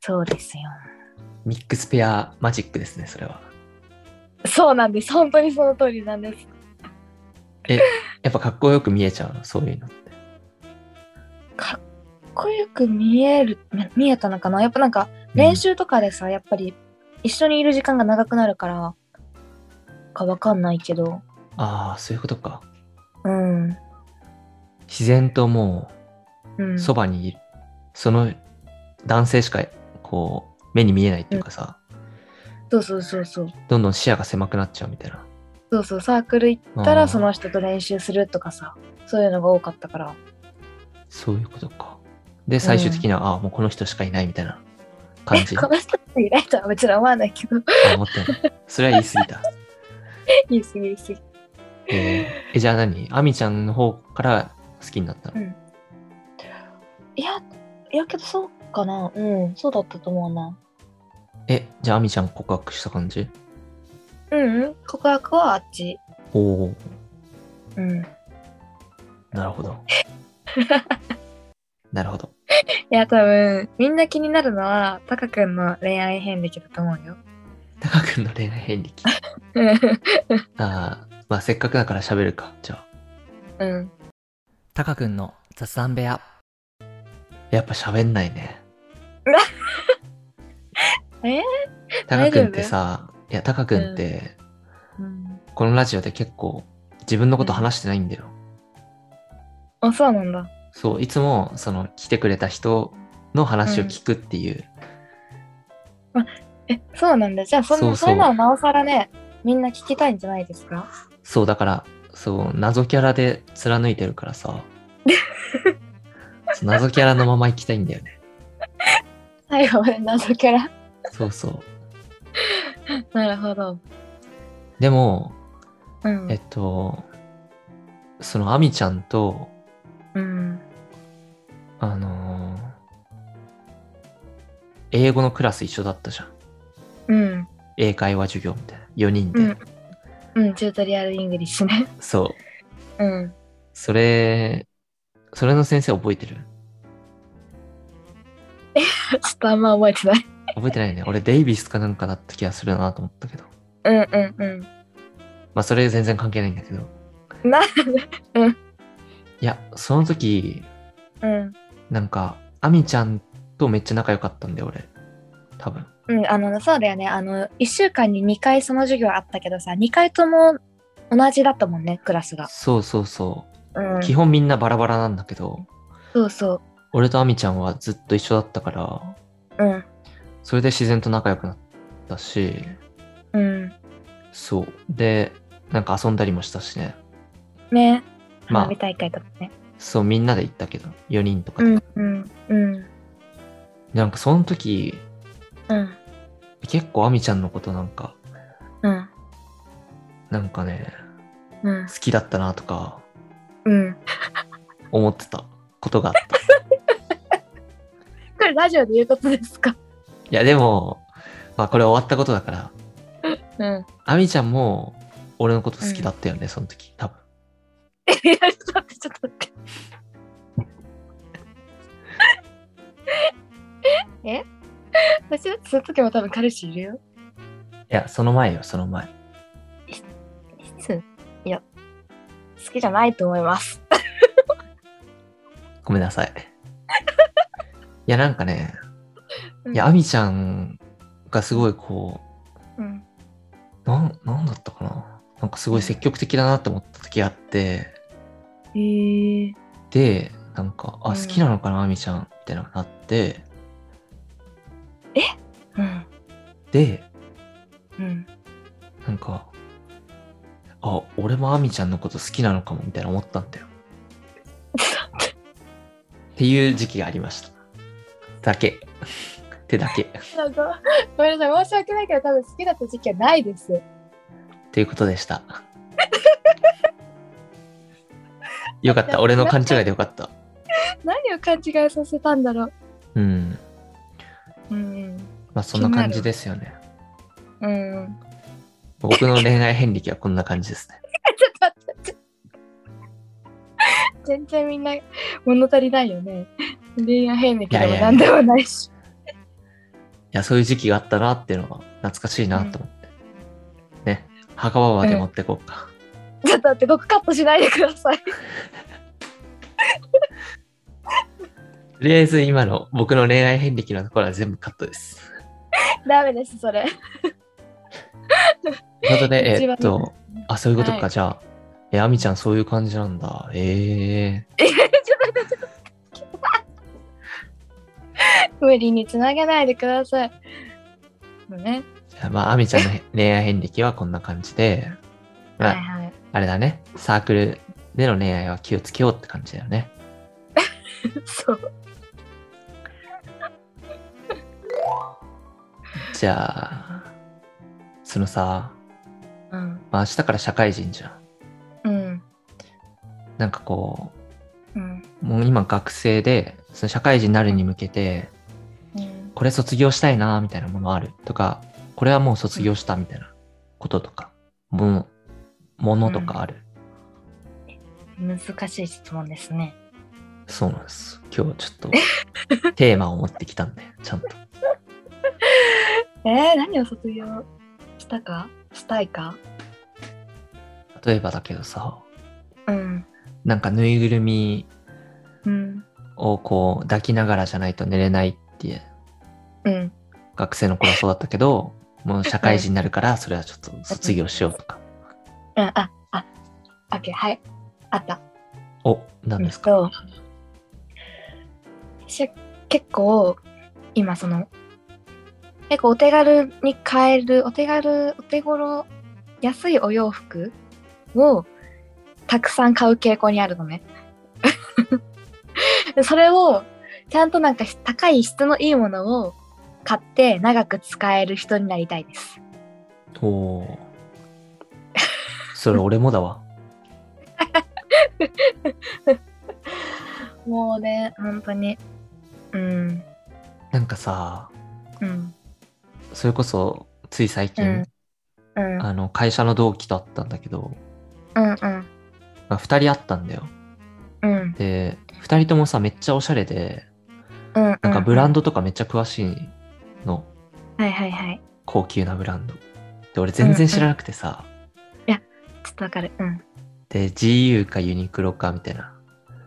C: そうですよ。
B: ミックスペアマジックですね、それは。
C: そうなんです。本当にその通りなんです。
B: え、やっぱかっこよく見えちゃうの、そういうのって。
C: かっこよく見えるま見えたのかなやっぱなんか練習とかでさ、やっぱり一緒にいる時間が長くなるからかわかんないけど
B: ああ、そういうことか。
C: うん
B: 自然とも
C: う
B: う、
C: ん
B: そばにいる、その男性しか、こう、目に見えないっていうかさ、
C: そうそうそうそう
B: どんどん視野が狭くなっちゃうみたいな。
C: そうそうサークル行った
B: あー
C: らその人と練習するとかさそういうのが多かったから
B: そういうことか。で、最終的には、ああ、もうこの人しかいないみたいな感
C: (laughs)
B: じ。
C: えこの人っていないとは別に思わないけど (laughs)
B: あ、思ってない。それは言い過ぎた。
C: 言い過ぎ言い過ぎ
B: えーえじゃあ何あみちゃんの方から好きになったの、
C: いやいやけどそうかなうんそうだったと思うな
B: え、じゃああみちゃん告白した感じ
C: うんうん告白はあっち
B: おおー、
C: うん
B: なるほ
C: (laughs)
B: ど。なるほど。
C: いや、多分、みんな気になるのは、タカ君の恋愛遍歴だと思うよ。
B: タカ君の恋愛遍歴。ああ、まあせっかくだから喋るか、じゃあ。
C: うん。
B: タカ君の雑談部屋。やっぱ喋んないね。
C: (laughs) え
B: タカ君ってさ、いや、タカ君って、
C: うん、
B: このラジオで結構自分のこと話してないんだよ。
C: あ、そうなんだ。
B: そう、いつもその来てくれた人の話を聞くっていう、
C: え、そうなんだ。じゃあ、そん
B: そうそう
C: なそれならなおさらね、みんな聞きたいんじゃないですか
B: そうだから、そう、謎キャラで貫いてるから
C: (laughs)
B: さ、そう謎キャラのまま行きたいんだよね。
C: 最後まで謎キャラ。
B: そうそう。
C: (laughs) なるほど。
B: でも、
C: うん。
B: えっと、そのアミちゃんと、
C: うん。
B: あのー英語のクラス一緒だったじゃん。
C: うん。
B: 英会話授業みたいな。4人で。
C: うん。うん、チュートリアルイングリッシュね。
B: そう。
C: うん。
B: それそれの先生覚えてる
C: ちょっとあんま覚えてない。
B: 覚えてないよね。俺、デイビスかなんかだった気がするなと思ったけど。
C: うんうんうん。
B: まあ、それ全然関係ないんだけど。
C: ない
B: や、その時、
C: うん。
B: なんか、アミちゃんとめっちゃ仲良かったんだよ、俺。多分。
C: うん、あの、そうだよね。あの、1週間に2回その授業あったけどさ、2回とも同じだったもんね、クラスが。
B: そうそうそうう。
C: ん。
B: 基本みんなバラバラなんだけど、
C: そうそ
B: 俺とアミちゃんはずっと一緒だったから、
C: う。うん。
B: それで自然と仲良くなったし、
C: うん。
B: そう。で、なんか遊んだりもしたしね。
C: ね。
B: まあ
C: 花火大会とかね。
B: そう、みんなで行ったけど、4人とか
C: う
B: で。
C: んうんうん。
B: なんかその時、
C: うん。
B: 結構アミちゃんのことなんか、
C: うん。
B: なんかね、
C: うん
B: 好。きだったなとか
C: うん。
B: 思ってたことがあっ
C: (laughs)
B: た。い
C: これラジオで言うことですか
B: や、でも、まあこれ終わったことだから、
C: うん。
B: アミちゃんも俺のこと好きだったよね、その時、多分。
C: いや、ちょっと待って、ちょっと待って。 (laughs) え私だってその時も多分彼氏いるよ。
B: いや、その前よ、その前。
C: いついや、好きじゃないと思います。
B: ごめんなさ
C: (laughs)
B: い。いや、なんかね、
C: うん
B: いや、アミちゃんがすごいこ
C: うん。
B: う、なん、なんだったかな。なんかすごい積極的だなって思った時があって、
C: えー、
B: で、なんか、あ、
C: うん
B: 好きなのかな、アミちゃん、みたいなのがなって、
C: うん。
B: で、
C: うん。
B: なんか、あ、俺もアミちゃんのこと好きなのかも、みたいな思ったんだよ。っていう時期がありました。だけ。ってだけ。っ
C: なんか、ごめんなさい、申し訳ないけど、多分好きだった時期はないです。
B: ていうことでした。よかった。俺の勘違いでよかった。
C: 何を勘違いさせたんだろう。
B: うん。
C: うん。
B: まあ、そんな感じですよね。
C: うん。 (laughs)
B: 僕の恋愛遍歴はこんな感じですね。
C: ちょっと待って、ちょ全然みんな物足りないよね。恋愛変歴で
B: いや
C: も
B: いやいや
C: 何でもないし。
B: いや、そういう時期があったなっていうのは懐かしいなと思って。ね。墓場まで持ってこうか。
C: ちょっと待って、ここカットしないでください。 (laughs)
B: とりあえず今の僕の恋愛遍歴のところは全部カットです。
C: ダメです、それ。
B: ということで、
C: (laughs) 一
B: え
C: 番
B: っと、あ、そういうことか、
C: はい
B: じゃあ、え、あみちゃんそういう感じなんだ。ええ
C: 無理につなげないでください。もうね。
B: じゃあ、まあ、あみちゃん
C: (laughs)
B: の恋愛遍歴はこんな感じで、ま
C: は
B: あ、
C: いはい。
B: あれだね、サークルでの恋愛は気をつけようって感じだよね。
C: そう。
B: じゃあ、そのさ、
C: うん。
B: まあ、明日から社会人じゃん。
C: うん。
B: なんかこ
C: うん。
B: う、もう今学生で、その社会人になるに向けて、
C: うん
B: これ卒業したいな、みたいなものあるとか、これはもう卒業したみたいなこととか、もの、ものとかある。
C: 難しい質問ですね。
B: そうなんです。今日ちょっとテーマを持ってきたんで、ちゃんと。
C: えー、何を卒業したかしたいか
B: 例えばだけどさ、
C: うん。
B: なんかぬいぐるみ
C: うん。
B: をこう抱きながらじゃないと寝れないって
C: うん。
B: 学生の頃はそうだったけど、もう社会人になるからそれはちょっと卒業しようとか。
C: うん。あ、あ、オッケー、はい。あった。
B: お、何ですか
C: うんと私は結構今その結構お手軽に買えるお手軽お手頃安いお洋服をたくさん買う傾向にある
B: (laughs)
C: のね。それをちゃんとなんか高い質のいいものを買って長く使える人になりたいです。
B: おーそれ俺もだわ。
C: もうね本当にうん
B: なんかさ、
C: うん
B: それこそつい最近、
C: うんうん
B: あの会社の同期と会ったんだけど、
C: うんうん
B: まあ、2人会ったんだよ。
C: うんうん
B: で、二人ともさ、めっちゃおしゃれで、
C: うんうん
B: なんかブランドとかめっちゃ詳しいの、
C: はいはいはい
B: 高級なブランド。で、俺全然知らなくてさ、
C: ちょっとわかるうん
B: で、GU かユニクロかみたいな、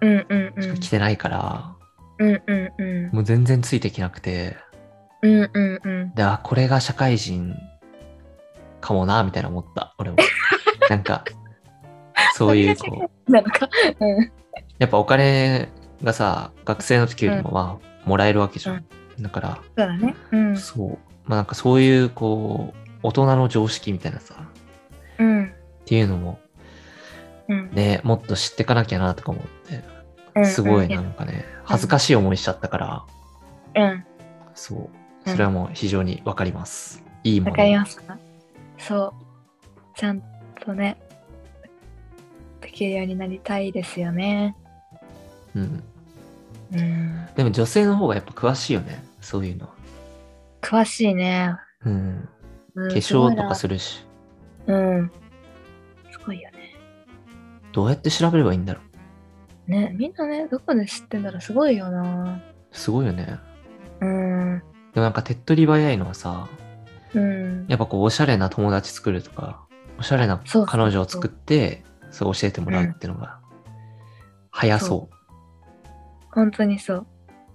C: うんうんう
B: し
C: ん
B: か着てないから、
C: うんうんうん
B: もう全然ついてきなくて、
C: うんうんうん
B: で、あ、これが社会人かもな、みたいな思った、俺
C: (laughs)
B: も。なんか、そういう、こう、
C: なのかうん
B: やっぱお金がさ、学生の時よりもまあ、もらえるわけじゃん。だから、
C: そうだねうん
B: そう、まあなんかそういう、こう、大人の常識みたいなさ、
C: うん
B: っていうのも
C: うん
B: ね、もっと知ってかなきゃなとか思っ
C: う
B: て、
C: ん
B: すごいなんかね、恥ずかしい思いしちゃったから、
C: うん
B: そう、それはもう非常にわかります。いいも
C: わ
B: の。
C: かりましたそうちゃんとねできるようになりたいですよね
B: うん。
C: うん
B: でも女性の方がやっぱ詳しいよね、そういうのは。
C: 詳しいね、
B: うん。
C: うん、
B: 化
C: す
B: 粧
C: ごい
B: と
C: な
B: かするし、
C: うんすごいよね
B: どうやって調べればいいんだろ
C: ねみんなねどこで知ってんだろうすごいよな
B: う。すごいよね。
C: うん
B: でもなんか手っ取り早いのはさ、
C: うん
B: やっぱこうおしゃれな友達作るとか、おしゃれな
C: そうそう
B: 彼女を作って、そう教えてもらうっていうのが、早そ
C: 本当にそう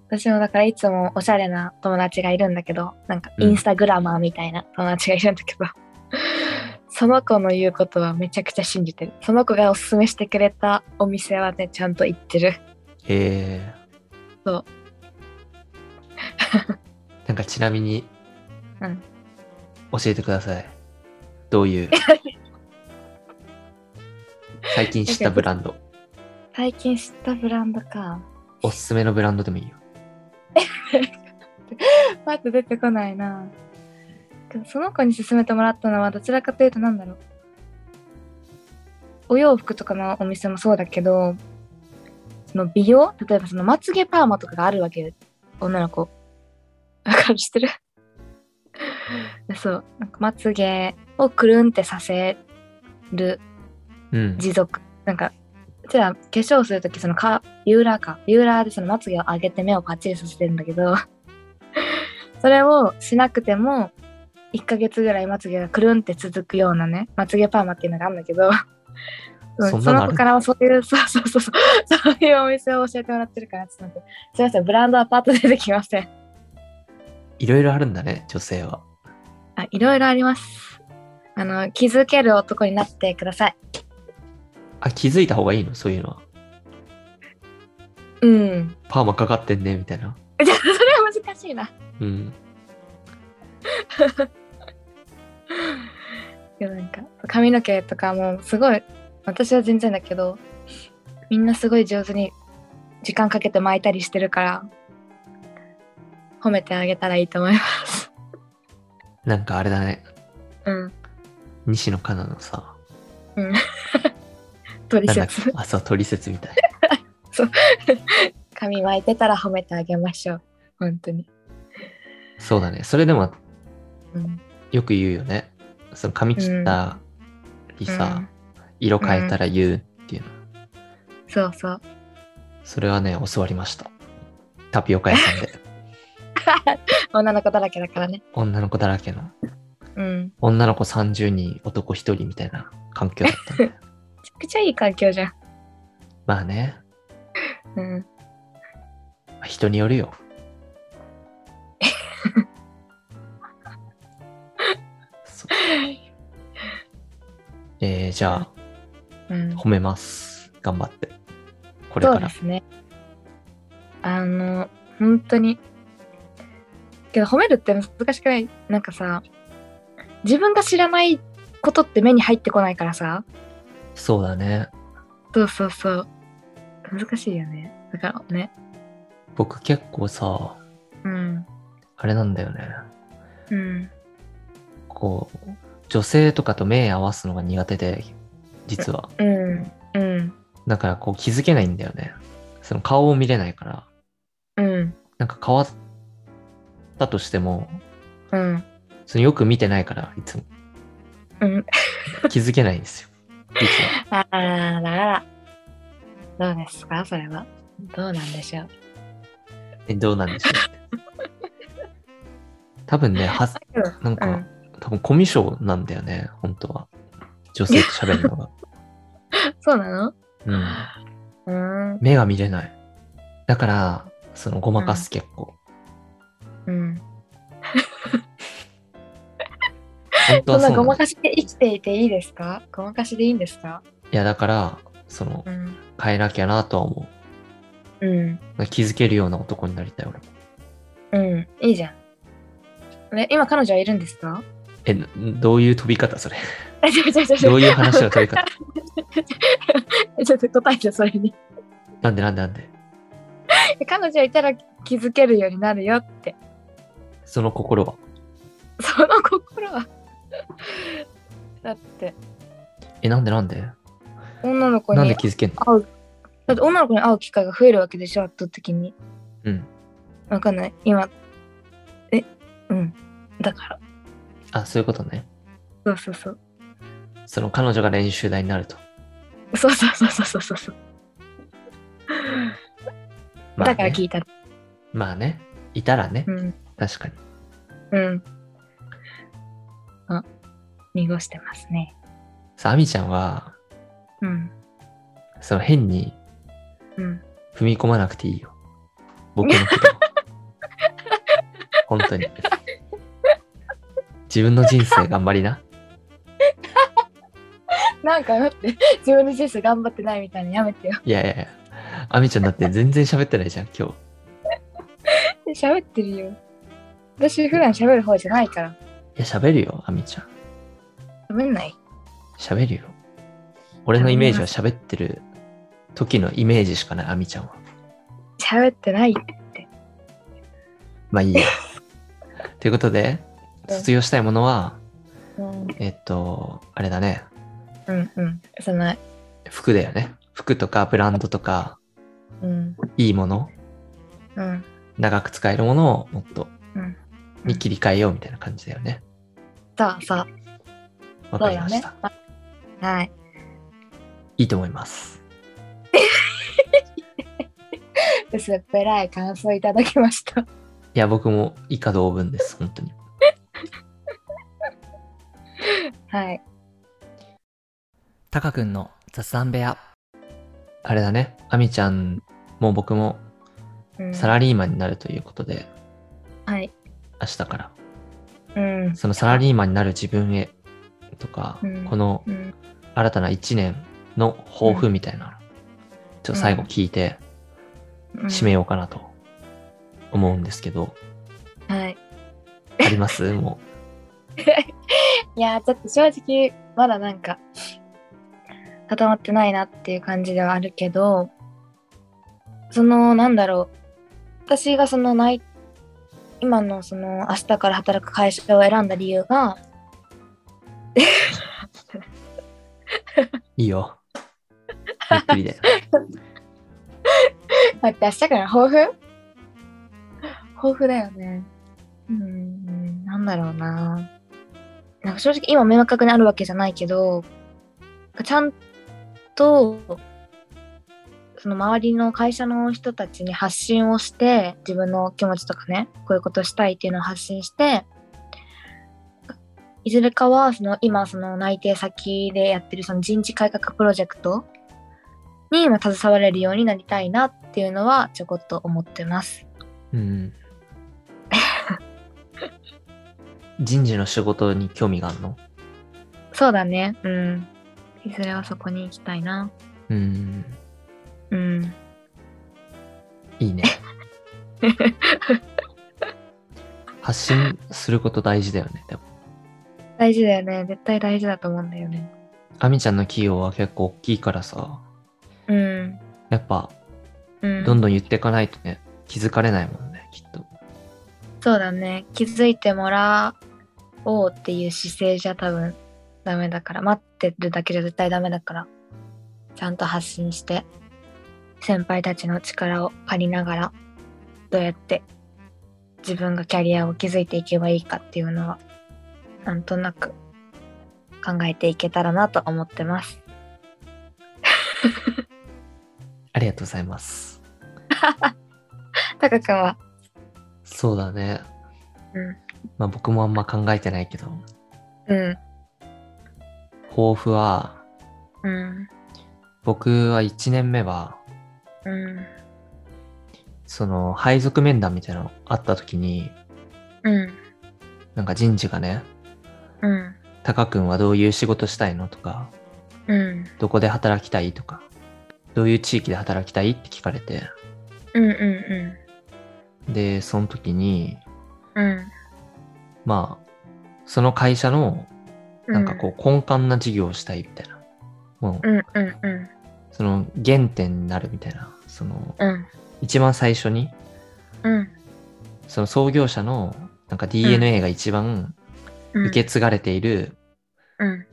C: 私もだからいつもおしゃれな友達がいるんだけどなんか
B: うん
C: インスタグラマーみたいな友達がいるんだけど、 (laughs) その子の言うことはめちゃくちゃ信じてるその子がおすすめしてくれたお店はねちゃんと行ってる
B: う。へえ。
C: そう。
B: (laughs) なんかちなみに、
C: うん
B: 教えてください。どういう、最近知ったブランド、
C: 最近知ったブランドか
B: おすすめのブランドでもいいよ。
C: パッと出てこないなでもその子に勧めてもらったのはどちらかというとなんだろうお洋服とかのお店もそうだけどその美容例えばそのまつげパーマとかがあるわけよ女の子わかる知ってるでそうなんかまつげをくるんってさせる
B: うん。
C: 持続なんかうちら化粧するときそのかビューラーかビューラーでそのまつげを上げて目をパッチリさせてるんだけど (laughs) それをしなくても1ヶ月ぐらいまつげがくるんって続くようなねまつげパーマっていうのがあるんだけど (laughs) うん
B: そ
C: そ
B: んなのある
C: の子からはそう (laughs) いうそうそうそうそうそういうお店を教えてもらってるからちょっと待ってすいませんブランドはパッと出てきません
B: いろいろあるんだね、女性は。
C: あいろいろありますあの気づける男になってください
B: あ、気づいた方がいいのそういうのは。
C: うん
B: パーマかかってんね、みたいな。
C: じゃあそれは難しいな
B: うん。
C: でもなんか髪の毛とかもすごい私は全然だけどみんなすごい上手に時間かけて巻いたりしてるから褒めてあげたらいいと思います。 (laughs)
B: なんかあれだね、
C: うん。
B: 西野カナのさ、
C: 取
B: なんだっけ
C: 説、
B: あ、そう、トリセツみたい。
C: 髪巻いてたら褒めてあげましょう。本当に。
B: そうだね。それでも
C: うん。
B: よく言うよね。その髪切ったりさ、色変えたら言うっていうの。
C: うんそうそう。
B: それはね、教わりました。タピオカ屋さんで。
C: (laughs) 女の子だらけだからね。
B: 女の子だらけの。
C: うん。め
B: 女の子30人、男1人みたいな環境だったんで。
C: ちゃくちゃいい環境じゃん。
B: まあね、
C: うん。
B: 人による
C: (laughs)
B: よ。そうえー、じゃあ、
C: うん、
B: 褒めます。頑張って。これ
C: そう
B: か
C: で
B: ら。
C: すね。あの、本当に。けど褒めるって難しくないなんかさ、自分が知らないことって目に入ってこないからさ。
B: そうだね。
C: そうそうそう。難しいよね。だからね。
B: 僕結構さ、
C: うん。
B: あれなんだよね。
C: うん。
B: こう、女性とかと目合わすのが苦手で、実は。
C: うん。うん。
B: だからこう気づけないんだよね。その顔を見れないから。
C: うん。
B: なんか変わったとしても、
C: うん。
B: そのよく見てないから、いつも
C: うん。
B: 気づけないんですよ。実は。
C: ああ、だから、どうですかそれは。どうなんでしょう。
B: えどうなんでしょう多分ね、はなんか、
C: うん
B: 多分コミュ障なんだよね、本当は。女性と喋るの
C: (laughs)
B: が。
C: そうな
B: うん。
C: の
B: 目が見れない。だから、その、ごまかす結構。
C: うん。うん。
B: 本当はそ
C: そん
B: うな
C: なご
B: んだ
C: まかしで生きていていいですかごまかしでいいんですか
B: いや、だから、その
C: う、ん。
B: 変えなきゃなとは思
C: うん。
B: う。気づけるような男になりたい、俺も。
C: うん。いいじゃん。え、今彼女はいるんで
B: (laughs)
C: すか
B: え、などういう飛び方、それ。 (laughs)
C: え、ちょちょちょち
B: ど
C: ょ
B: ういう話の飛び方。
C: ちょっと答えてそれに。
B: なんでなんでなんで。
C: 彼女いたら気づけるようになるよって。
B: その心は。
C: その心は。だって、
B: え、なんでなんで
C: 女の子
B: なん
C: に
B: で気づけんの
C: 会う。だって女の子に会う機会が増えるわけでしょ、圧倒的に。
B: うん。
C: わかんない。今。え、うん。だから。
B: あ、そういうことね。
C: そうそうそう。
B: その彼女が練習台になると。
C: そうそうそうそうそうそう。
B: まあ
C: だから
B: ね
C: 聞いた。
B: まあね。いたらね。
C: うん。
B: 確かに。
C: うん。あ、濁してますね。
B: さあ、アミちゃんは、
C: うん。
B: その変に
C: うん。
B: 踏み込まなくていいよ。僕のこと
C: (laughs)
B: を。本当に。自分の人生頑張りな。
C: なんか待って、 (laughs) 自分の人生頑張ってないみたいにやめてよ。
B: いやいやいや。アミちゃんだって全然喋ってないじゃん、今日。
C: 喋ってるよ。私普段喋る方じゃないから。
B: いや、喋るよ、アミちゃん。
C: 喋んない。
B: 喋るよ。俺のイメージは喋ってる時のイメージしかない、アミちゃんは。
C: 喋ってない。
B: まあ
C: (laughs)
B: いいや。ということで、
C: うん
B: 卒業したいものは、
C: うん。
B: えっと、あれだね。
C: うんうん。その、
B: 服だよね。服とかブランドとか、
C: うん。
B: いいもの、
C: うん。
B: 長く使えるものをもっと
C: うん
B: に切り替えようみたいな感じだよね。
C: そうそう。
B: わ
C: そ
B: か
C: う
B: り
C: だ
B: まし
C: ね
B: た。。
C: はい。
B: いいと思います。
C: 薄っぺらい感想いただきました。
B: いや、僕も以下同文です、本当に。
C: はい。
B: タカ君の雑談部屋。あれだね。アミちゃんも僕も
C: うん
B: サラリーマンになるということで、
C: はい。
B: 明日から。
C: うん。
B: そのサラリーマンになる自分へとか、
C: うん
B: この
C: うん。
B: 新たな1年の抱負みたいなの、ちょっと最後聞いて
C: うん
B: 締めようかなと思うんですけ
C: (laughs)
B: ど、
C: はい。
B: ありますも
C: いやーちょっと正直、まだなんか、固まってないなっていう感じではあるけど、その、なんだろう。私がそのない、今のその、明日から働く会社を選んだ理由が、
B: ういいよ。ゆっく
C: (laughs)
B: りで。
C: 待って、明日から抱負抱負だよね。うーん、なんだろうな。なんか正直今明確にあるわけじゃないけど、ちゃんと、その周りの会社の人たちに発信をして、自分の気持ちとかね、こういうことしたいっていうのを発信して、いずれかは、その今、その内定先でやってるその人事改革プロジェクトにまあ携われるようになりたいなっていうのはちょこっと思ってます。
B: うん。人事の仕事に興味があるの
C: そうだね。うん。いずれはそこに行きたいな。
B: うん。
C: うん。
B: い
C: (laughs)
B: いね。発信すること大事だよね。でも
C: 大事だよね。絶対大事だと思うんだよね。
B: アミちゃんの企業は結構大きいからさ、
C: うん。
B: やっぱ
C: うん。
B: どんどん言っていかないとね、気づかれないもんね、きっと。
C: そうだね。気づいてもらおうっていう姿勢じゃ多分ダメだから。待ってるだけじゃ絶対ダメだから。ちゃんと発信して、先輩たちの力を借りながら、どうやって自分がキャリアを築いていけばいいかっていうのは、なんとなく考えていけたらなと思ってます。
B: ありがとうございます。
C: たかくんは。
B: そうだね。
C: うん
B: まあ僕もあんま考えてないけど、
C: うん。
B: 抱負は、
C: うん。
B: 僕は1年目は、
C: うん。
B: その配属面談みたいなのあった時に、
C: うん。
B: なんか人事がね、
C: うん。
B: タカ君はどういう仕事したいのとか、
C: うん。
B: どこで働きたいとか、どういう地域で働きたいって聞かれて、
C: うん。う
B: で、その時に、
C: ん。うん。
B: まあ、その会社の、
C: うん。
B: なんかこう、根幹な事業をしたいみたいな。もう、
C: うん。うん。うん。
B: その原点になるみたいな。その、
C: うん。
B: 一番最初に、
C: うん。
B: その創業者の、なんか DNA が一番
C: うん。
B: 受け継がれている
C: うん。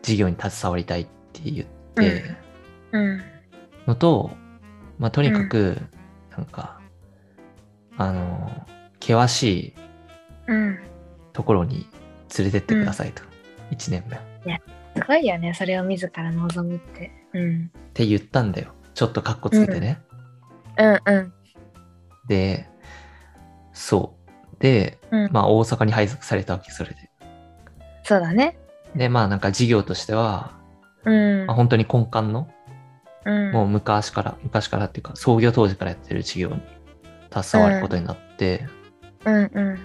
B: 事業に携わりたいって言って、
C: うん。
B: のと、まあ、とにかく、なんか、あの、険しい
C: うん。
B: ところに連れてってくださいと。一年目。っ
C: すごいよね、それを自ら望むって。うん。
B: て言ったんだよ。ちょっとカッコつけてね。
C: うんうん。
B: で、そう。で、
C: うん
B: まあ、大阪に配属されたわけ、それで。
C: そうだね。
B: で、まあ、なんか事業としては、
C: うん
B: まあ、。本当に根幹の、
C: うん
B: もう昔から、昔からっていうか、創業当時からやってる事業に携わることになって、
C: うんうん。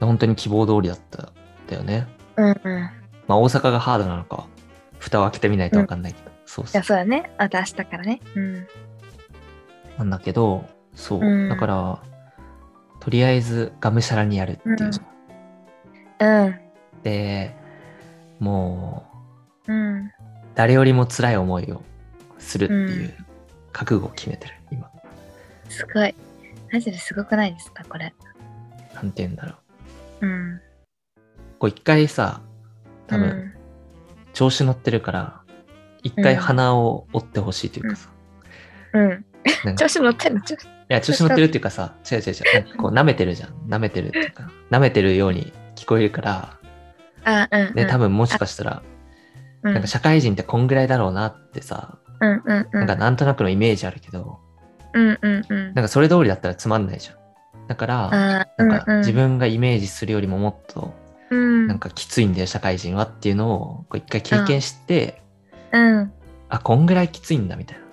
B: 本当に希望通りだったんだよね。
C: うんうん。
B: まあ、大阪がハードなのかは、蓋を開けてみないとわかんないけど、そう
C: い
B: そう
C: や、。そうだね。あと明日からね。うん。
B: なんだけど、そう。
C: うん
B: だから、とりあえずがむしゃらにやるっていう。
C: うん。
B: で、もう、
C: うん。
B: 誰よりも辛い思いをするっていう覚悟を決めてる、今。
C: すごい。マジですごくないですか、これ。
B: なんて言うんだろう。
C: うん。
B: こう一回さ、多分、調子乗ってるから、一回
C: うん
B: 鼻を折ってほしいというかさ、
C: うん。うん。
B: なんか
C: 調
B: い
C: 子乗ってんの調子。
B: や、調子乗ってるっていうかさ、違う違う違う、なんかこう舐めてるじゃん。舐めてるっていうか、舐めてるように聞こえるから、
C: あ、うん。
B: ね、多
C: 分、
B: 分もしかしたら、
C: う
B: なんか社会人ってこんぐらいだろうなってさ、
C: うんうんう
B: なん
C: ん
B: か。なんとなくのイメージあるけど、
C: うんうんうん。
B: なんかそれ通りだったらつまんないじゃん。だから、
C: あう
B: なんか
C: う
B: 自分がイメージするよりももっと、
C: うん
B: なんかきついんだよ、社会人はっていうのを、こう一回経験して、
C: うん
B: あ、こんぐらいきついんだみたいな。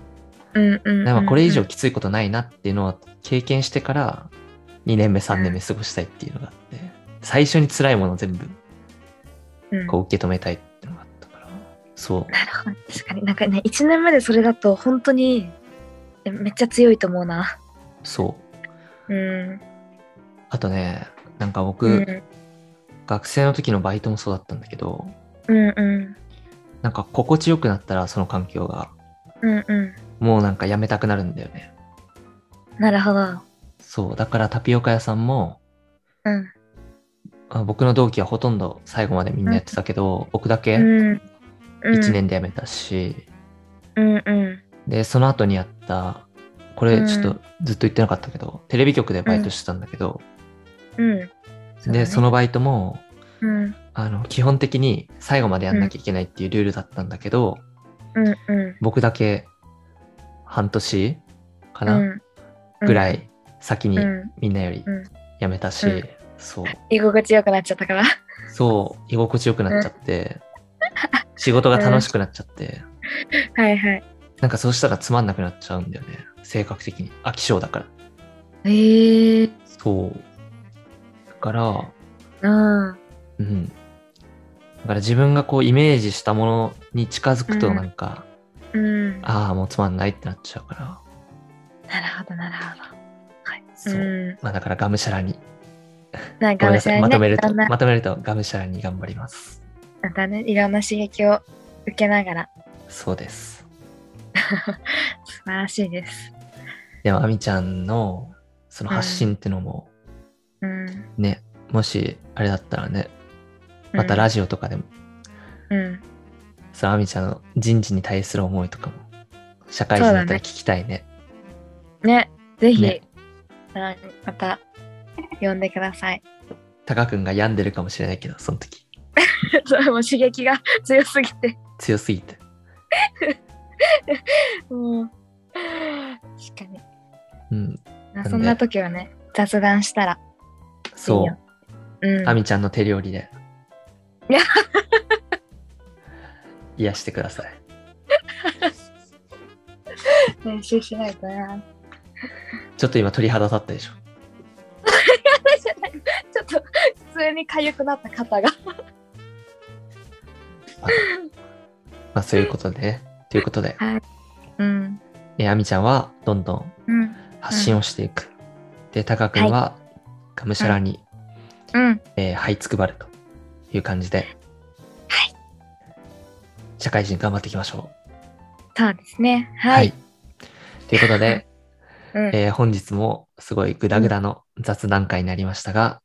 C: うんうん
B: なんかこれ以上きついことないなっていうのを経験してから、2年目、3年目過ごしたいっていうのがあって、最初に辛いものを全部
C: うん
B: こう受け止めたいっていうのがあったから、そう。
C: なるほど確かになんかね1年目でそれだと本当にえめっちゃ強いと思うな
B: そう。
C: うん
B: あとね、なんか僕、
C: うん
B: 学生の時のバイトもそうだったんだけど、
C: うんうん
B: なんか心地よくなったらその環境が、
C: うんう
B: もうなんかやめたくなるんだよね。
C: んなるほど
B: そう。だからタピオカ屋さんも、
C: うん
B: あ僕の同期はほとんど最後までみんなやってたけど、僕だけ1
C: うんうん
B: 年で辞めたし、
C: うんうん
B: で、その後にやった、これ
C: うん
B: ちょっとずっと言ってなかったけど、テレビ局でバイトしてたんだけど、
C: うんそうだ
B: で、
C: ね
B: そのバイトも、
C: うん
B: あの、基本的に最後までやんなきゃいけないっていうルールだったんだけど、
C: うんうん
B: 僕だけ半年かな、
C: うん
B: ぐらい先に
C: うん
B: みんなより
C: うん
B: 辞めたし、
C: うん
B: そう、
C: 居心地よくなっちゃったから (laughs)
B: そう、居心地よくなっちゃって、仕事が楽しくなっちゃって、
C: はいはい
B: なんかそうしたらつまんなくなっちゃうんだよね。性格的に。飽き性だから。
C: ええ
B: そう。だから、
C: うん
B: うん。だから自分がこうイメージしたものに近づく
C: う
B: と
C: ん
B: なんか、
C: うんなる
B: ああ、もうつまんないってなっちゃうから。
C: ほどなるほどはい
B: そう。
C: ん
B: まあだからがむしゃらに。
C: なん
B: ご
C: か
B: めんなさい。まとめる
C: い
B: と、
C: ろんな
B: まとめるとがむしゃらに頑張ります。
C: なんかねいろんな刺激を受けながら
B: そうです。
C: 素晴らしいです
B: でも、あみちゃんのその発信ってのも
C: うん
B: ね、もしあれだったらね、またラジオとかでも、
C: うん
B: そのあみちゃんの人事に対する思いとかも、社会人だったら聞きたいね。
C: ね、ぜひ、
B: ね
C: うんまた呼んでください。
B: タカ君が病んでるかもしれないけど、その時。
C: (laughs) それも刺激が強すぎて。
B: 強すぎて。
C: もう確かに
B: うん。
C: あ
B: で
C: そんな時はね雑談したら
B: そ
C: いいよう
B: う。
C: ん
B: アミちゃんの手料
C: (laughs)
B: 理で
C: いや。
B: 癒してください。
C: 練習しないとな (laughs)
B: ちょっと今鳥肌立ったでしょ。
C: ちょっと普通に痒くなった肩が
B: まあそういうことでね。ということで、
C: うん
B: えー、アミちゃんはどんどん
C: うん
B: 発信をしていく。で、タカ君はがむしゃらに、
C: うん
B: えー這いつくばるという感じで。
C: はい。
B: 社会人頑張っていきましょ
C: そうですね
B: う。
C: はい、。
B: ということで、
C: うん
B: えー本日もすごいグダグダの雑談会になりましたが、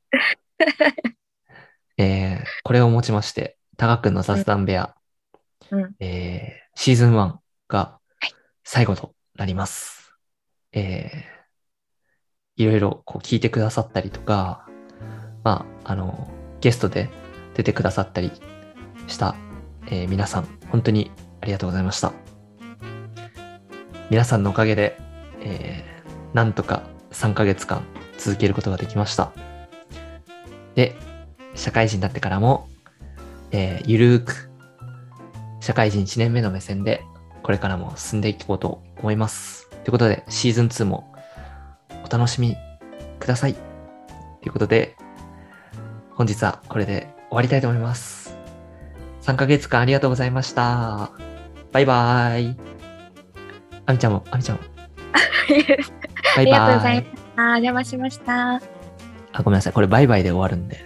B: (laughs) えーこれをもちまして、タカ君の雑談部屋、
C: うん
B: えーシーズン1が最後となります。えーいろいろこう聞いてくださったりとか、まあ、あの、ゲストで出てくださったりした、えー皆さん、本当にありがとうございました。皆さんのおかげで、えーなんとか3ヶ月間続けることができました。で、社会人になってからも、えーゆるーく、社会人1年目の目線で、これからも進んでいこうと思います。ということで、シーズン2もお楽しみください。ということで、本日はこれで終わりたいと思います。3ヶ月間ありがとうございました。バイバーイ。あみちゃんも、あみちゃんも。バ
C: あ (laughs)
B: イ
C: りがとうご
B: バ
C: ざ
B: ーイ。
C: いました。お邪魔しました。
B: あ、ごめんなさい。これバイバイで終わるんで。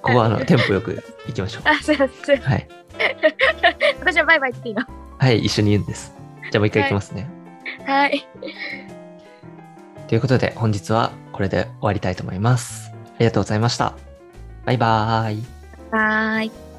B: ここはあの、テンポよく行きましょう。
C: あ、すいません。
B: はい。
C: 私はバイバイっていいの。
B: はい、一緒に言うんです。じゃあもう一回行きますね。
C: はい。
B: ということで、本日はこれで終わりたいと思います。ありがとうございました。バイバーイ。
C: はーい。